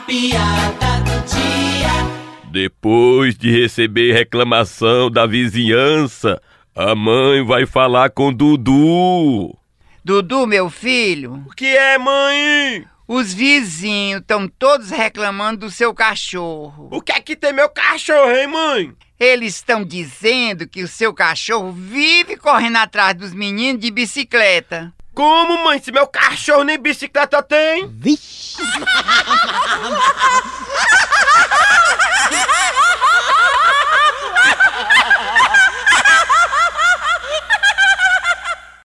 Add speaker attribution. Speaker 1: piada do dia.
Speaker 2: Depois de receber reclamação da vizinhança, a mãe vai falar com Dudu.
Speaker 3: Dudu, meu filho,
Speaker 2: O que é, mãe?
Speaker 3: os vizinhos estão todos reclamando do seu cachorro.
Speaker 2: O que é que tem meu cachorro, hein, mãe?
Speaker 3: Eles estão dizendo que o seu cachorro vive correndo atrás dos meninos de bicicleta.
Speaker 2: Como, mãe, se meu cachorro nem bicicleta tem?